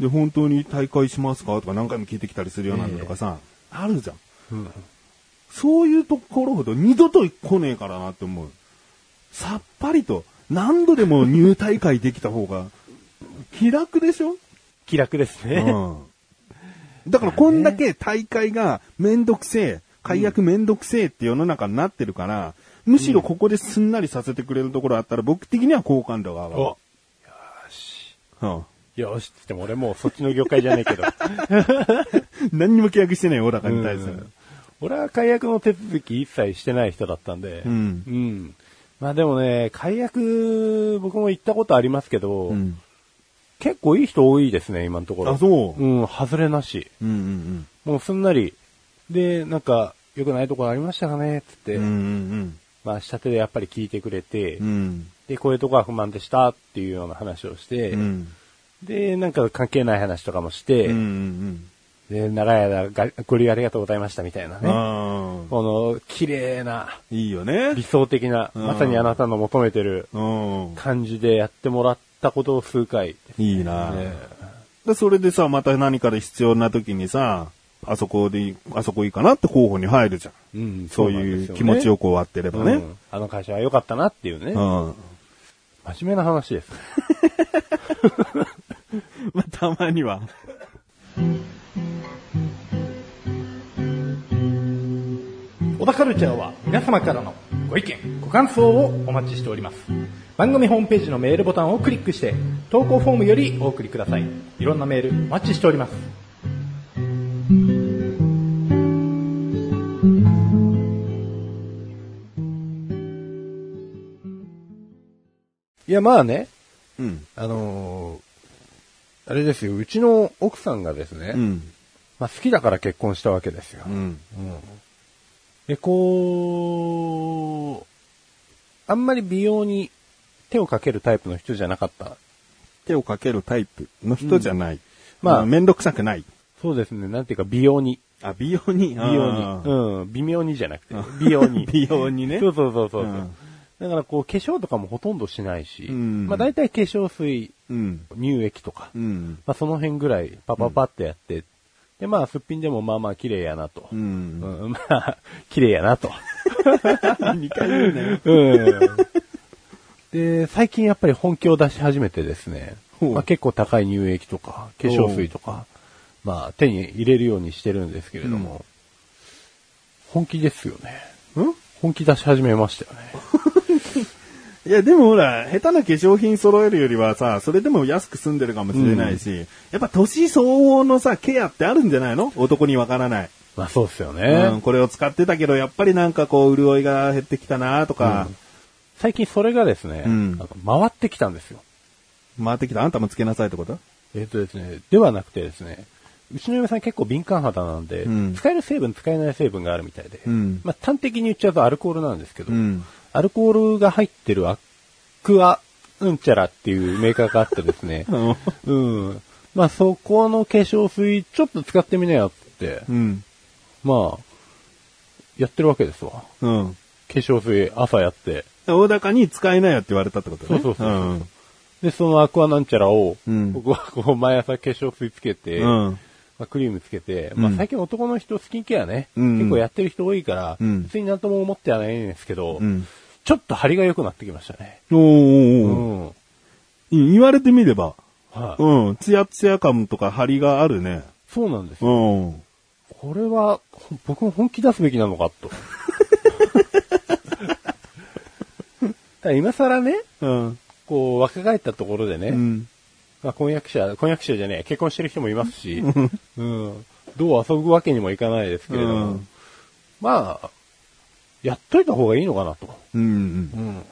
Speaker 2: で、本当に大会しますかとか何回も聞いてきたりするようなのとかさ、あるじゃん。
Speaker 1: うん
Speaker 2: そういうところほど二度と来ねえからなって思う。さっぱりと、何度でも入大会できた方が、気楽でしょ
Speaker 1: 気楽ですね。
Speaker 2: うん。だからこんだけ大会がめんどくせえ、解約めんどくせえって世の中になってるから、むしろここですんなりさせてくれるところあったら僕的には好感度が上が
Speaker 1: お
Speaker 2: る。うん。
Speaker 1: よしって言っても俺もうそっちの業界じゃねえけど。
Speaker 2: 何にも契約してない小高に対す
Speaker 1: う
Speaker 2: る
Speaker 1: ん。俺は解約の手続き一切してない人だったんで。
Speaker 2: うん
Speaker 1: うんまあでもね、解約、僕も行ったことありますけど、
Speaker 2: うん。
Speaker 1: 結構いい人多いですね、今のところ。
Speaker 2: あ、そう。
Speaker 1: うん、外れなし。
Speaker 2: うんうん
Speaker 1: もうすんなり。で、なんか、良くないところありましたかねつって、
Speaker 2: うん。うんうん
Speaker 1: まあ下手でやっぱり聞いてくれて、
Speaker 2: うん。うん。
Speaker 1: で、こういうとこは不満でしたっていうような話をして、
Speaker 2: うん。
Speaker 1: で、なんか関係ない話とかもして、
Speaker 2: うんうん
Speaker 1: で、長い間がご利用ありがとうございましたみたいな
Speaker 2: うん。
Speaker 1: ね。
Speaker 2: ああ。
Speaker 1: この、綺麗な、
Speaker 2: いいよ ね
Speaker 1: 理。想的な、
Speaker 2: うん
Speaker 1: まさにあなたの求めてる
Speaker 2: うん。
Speaker 1: 感じでやってもらったことを数回。
Speaker 2: いいな。
Speaker 1: ね
Speaker 2: で、それでさ、また何かで必要な時にさ、あそこでいい、あそこいいかなって候補に入るじゃん。
Speaker 1: うん
Speaker 2: そういう気持ちをこう割ってれば
Speaker 1: う
Speaker 2: ね。
Speaker 1: んあの会社は良かったなっていうね。
Speaker 2: うん。
Speaker 1: 真面目な話です。
Speaker 2: まあ、たまには。
Speaker 3: 小田カルチャーは皆様からのご意見、ご感想をお待ちしております。番組ホームページのメールボタンをクリックして、投稿フォームよりお送りください。いろんなメールお待ちしております。
Speaker 1: いや、まあね、
Speaker 2: うん。
Speaker 1: あのーあれですよ、うちの奥さんがですね、
Speaker 2: うん。
Speaker 1: まあ好きだから結婚したわけですよ
Speaker 2: う。ん。
Speaker 1: で、こう、あんまり美容に手をかけるタイプの人じゃなかった。
Speaker 2: 手をかけるタイプの人じゃない。
Speaker 1: まあ
Speaker 2: まあ、めんどくさくない。
Speaker 1: そうですね、なんていうか美容に。
Speaker 2: あ、美容に。美
Speaker 1: 美容に。うん、微妙にじゃなくて、美容に。
Speaker 2: 美容にね。
Speaker 1: そうそうそうそう。
Speaker 2: うん
Speaker 1: だからこう、化粧とかもほとんどしないし、
Speaker 2: うん
Speaker 1: まあ大体化粧水、
Speaker 2: うん。
Speaker 1: 乳液とか、
Speaker 2: うん。
Speaker 1: まあその辺ぐらいパパパってやって、でまあすっぴんでもまあまあ綺麗やなと。う
Speaker 2: う。
Speaker 1: んん、まあ、綺麗やなと。
Speaker 2: 2回言うね。
Speaker 1: うん。で、最近やっぱり本気を出し始めてですね、
Speaker 2: ほう
Speaker 1: まあ、結構高い乳液とか、化粧水とか、まあ手に入れるようにしてるんですけれども、本気ですよね。
Speaker 2: ん
Speaker 1: 本気出し始めましたよね。
Speaker 2: いや、でもほら、下手な化粧品揃えるよりはさ、それでも安く済んでるかもしれないし、やっぱ年相応のさ、ケアってあるんじゃないの男にわからない。
Speaker 1: まあそうですよね。
Speaker 2: うん、これを使ってたけど、やっぱりなんかこう、潤いが減ってきたなとか、
Speaker 1: 最近それがですね、
Speaker 2: うん
Speaker 1: あの回ってきたんですよ。
Speaker 2: 回ってきた。あんたもつけなさいってこと
Speaker 1: えっ、とですね、ではなくてですね、うちの嫁さん結構敏感肌なんで、
Speaker 2: うん
Speaker 1: 使える成分、使えない成分があるみたいで、
Speaker 2: うん
Speaker 1: まあ端的に言っちゃうとアルコールなんですけど、
Speaker 2: うん、
Speaker 1: アルコールが入ってるアクアうんちゃらっていうメーカーがあってですね
Speaker 2: うん。
Speaker 1: うん。まあそこの化粧水ちょっと使ってみなよって、
Speaker 2: うん。
Speaker 1: まあ、やってるわけですわ。化
Speaker 2: うん。
Speaker 1: 粧水朝やって、
Speaker 2: 大高に使いなよって言われたってことね。
Speaker 1: そうそうそう
Speaker 2: うん。
Speaker 1: で、そのアクアなんちゃらを、
Speaker 2: うん
Speaker 1: 僕はこう毎朝化粧水つけて、
Speaker 2: うん。
Speaker 1: まあ、クリームつけて、
Speaker 2: うん
Speaker 1: まあ、最近男の人スキンケアね、
Speaker 2: うん
Speaker 1: 結構やってる人多いから、
Speaker 2: うん
Speaker 1: 別になんとも思ってはないんですけど、
Speaker 2: うん
Speaker 1: ちょっと張りが良くなってきましたね。
Speaker 2: おーお
Speaker 1: う
Speaker 2: ーおー
Speaker 1: ん。
Speaker 2: い言われてみれば、
Speaker 1: はい、
Speaker 2: うん、ツヤツヤ感とか張りがあるね。
Speaker 1: そうなんですよ。
Speaker 2: うん。
Speaker 1: これは、ほ僕も本気出すべきなのか と。ただ今更ね、
Speaker 2: うん。
Speaker 1: こう、若返ったところでね、
Speaker 2: うん。
Speaker 1: まあ、婚約者、婚約者じゃねえ、結婚してる人もいますし、うん、どう遊ぶわけにもいかないですけれども、
Speaker 2: うん
Speaker 1: まあ、やっといた方がいいのかなと。
Speaker 2: うん。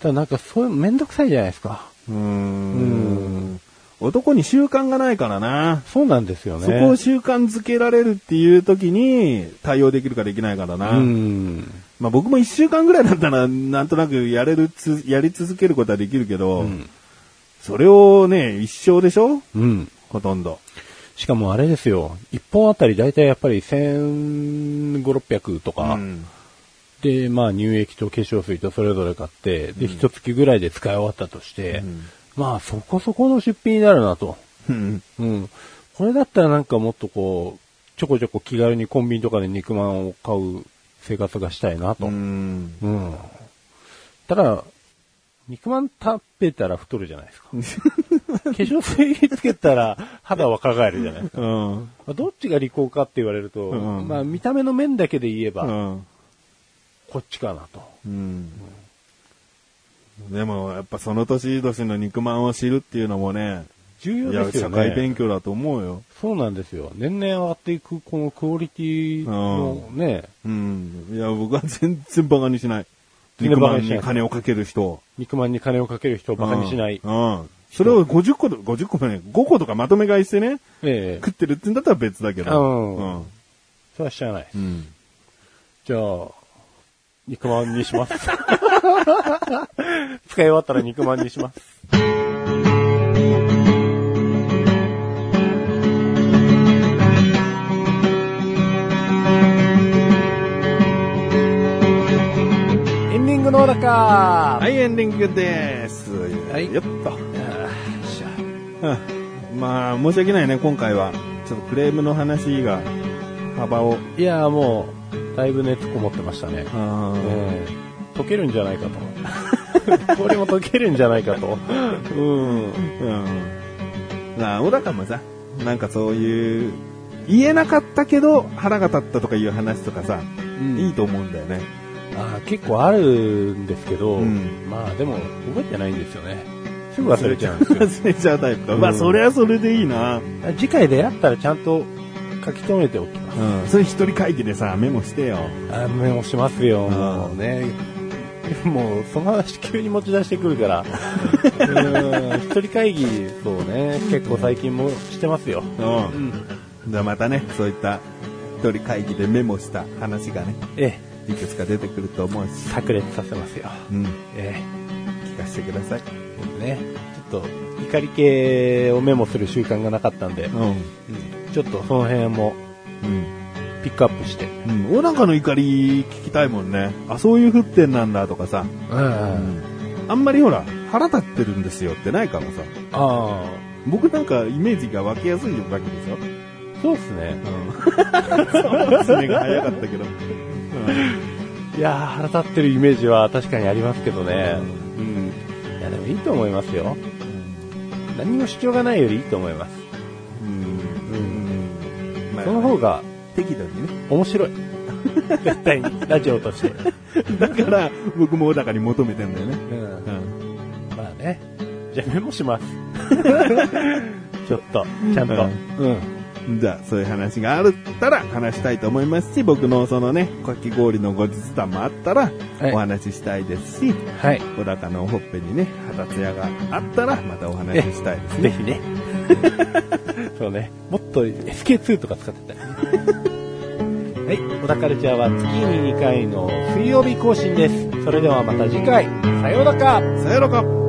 Speaker 1: ただなんかそういうめんどくさいじゃないですか。
Speaker 2: うん。男に習慣がないからな。
Speaker 1: そうなんですよね。
Speaker 2: そこを習慣づけられるっていう時に対応できるかできないかだな。
Speaker 1: うん。
Speaker 2: まあ僕も一週間ぐらいだったらなんとなくやれるつ、やり続けることはできるけど、
Speaker 1: ん
Speaker 2: それをね、一生でしょ
Speaker 1: うん。
Speaker 2: ほとんど。
Speaker 1: しかもあれですよ。一本あたりだいたいやっぱり1500、600とか、
Speaker 2: うん
Speaker 1: で、まあ乳液と化粧水とそれぞれ買って、で、一月ぐらいで使い終わったとして、
Speaker 2: うん
Speaker 1: まあそこそこの出費になるなと。
Speaker 2: うん。
Speaker 1: うん。これだったらなんかもっとこう、ちょこちょこ気軽にコンビニとかで肉まんを買う生活がしたいなと。
Speaker 2: うん。
Speaker 1: うん。ただ、肉まん食べたら太るじゃない ですか。化粧水つけたら肌若返るじゃないですか。
Speaker 2: うん。
Speaker 1: まあどっちが利口かって言われると、
Speaker 2: うん
Speaker 1: まあ見た目の面だけで言えば、
Speaker 2: うん。
Speaker 1: こっちかなと。
Speaker 2: うん。でも、やっぱその年々の肉まんを知るっていうのもね、
Speaker 1: 重
Speaker 2: い
Speaker 1: 要
Speaker 2: や、
Speaker 1: ですよ
Speaker 2: 社
Speaker 1: ね。
Speaker 2: 会勉強だと思うよ。
Speaker 1: そうなんですよ。年々上がっていくこのクオリティのね、
Speaker 2: うん。いや、僕は全然バカにしない。
Speaker 1: 全
Speaker 2: 肉
Speaker 1: 然バ
Speaker 2: ま
Speaker 1: カ
Speaker 2: ん
Speaker 1: にしない
Speaker 2: に金をかける人。
Speaker 1: 肉まんに金をかける人を馬鹿にしない。
Speaker 2: うん。うんそれを50個と、50個もね、5個とかまとめ買いしてね、
Speaker 1: ええ
Speaker 2: 食ってるって言うんだったら別だけど。
Speaker 1: うんそれは知らない。
Speaker 2: うん。
Speaker 1: じゃあ、肉まんにします。 使い終わったら肉まんにします。エンディングのおだか
Speaker 2: は、
Speaker 1: はい
Speaker 2: エンディングです。
Speaker 1: い
Speaker 2: よっと。うん まあ、申し訳ないね、今回は。ちょっとクレームの話が、幅を。
Speaker 1: いやーもう、だいぶ熱こもってましたね。
Speaker 2: うん
Speaker 1: ええ溶けるんじゃないかと。 これも溶けるんじゃないかと。うん。
Speaker 2: うん。まあ、小高もさ、なんかそういう、言えなかったけど腹が立ったとかいう話とかさ、いいと思うんだよね。
Speaker 1: あー結構あるんですけど、
Speaker 2: うん
Speaker 1: まあでも覚えてないんですよね。すぐ忘れちゃうんですよ。
Speaker 2: 忘れちゃうタイプか。
Speaker 1: うん
Speaker 2: まあ、それはそれでいいな。
Speaker 1: 次回出会ったらちゃんと書き留めておきます。
Speaker 2: うん。それ一人会議でさ、メモしてよ。
Speaker 1: あーメモしますよ、
Speaker 2: うん
Speaker 1: もうね。もうその話急に持ち出してくるから。うん一人会議、そうね、結構最近もしてますよ。
Speaker 2: う。
Speaker 1: うんん。
Speaker 2: じゃあまたね、そういった一人会議でメモした話がね、
Speaker 1: え
Speaker 2: いくつか出てくると思うし
Speaker 1: え、、炸裂させますよ。
Speaker 2: うん。
Speaker 1: え
Speaker 2: 聞かせてください。
Speaker 1: え、ね。ちょっと怒り系をメモする習慣がなかったんで、
Speaker 2: う
Speaker 1: うんちょっとその辺も
Speaker 2: ん。
Speaker 1: ピックアップして。
Speaker 2: うん。うん。お腹の怒り聞きたいもんね。あ、そういう沸点なんだとかさ。
Speaker 1: うん。
Speaker 2: あんまりほら、腹立ってるんですよってないからさ。
Speaker 1: ああ、
Speaker 2: 僕なんかイメージが湧きやすいわけでしょ。
Speaker 1: そうっすね。
Speaker 2: うん。そう、爪が早かったけど。
Speaker 1: いやー、腹立ってるイメージは確かにありますけどね。うん。いや、でもいいと思いますよ。何も主張がないよりいいと思います。
Speaker 2: まあ
Speaker 1: その方が
Speaker 2: 適度にね。
Speaker 1: 面 白い。絶対に、ラジオとして。
Speaker 2: だから、僕も小高に求めてんだよね。
Speaker 1: うん
Speaker 2: う。ん。
Speaker 1: まあね。じゃあメモし ます。ちょっと、ちゃんと。
Speaker 2: うん。じゃあ、そういう話があったら話したいと思いますし、僕のそのね、かき氷の後日談もあったら
Speaker 1: はい
Speaker 2: お話ししたいですし、
Speaker 1: はい。
Speaker 2: 小高のほっぺにね、肌ツヤがあったらまたお話ししたいです
Speaker 1: ぜ
Speaker 2: ね。
Speaker 1: ひね。 そうね。もっと SK2 とか使ってたい。 はい。小田カルチャーは月に2回の水曜日更新です。それではまた次回。さようなら。
Speaker 2: さよなら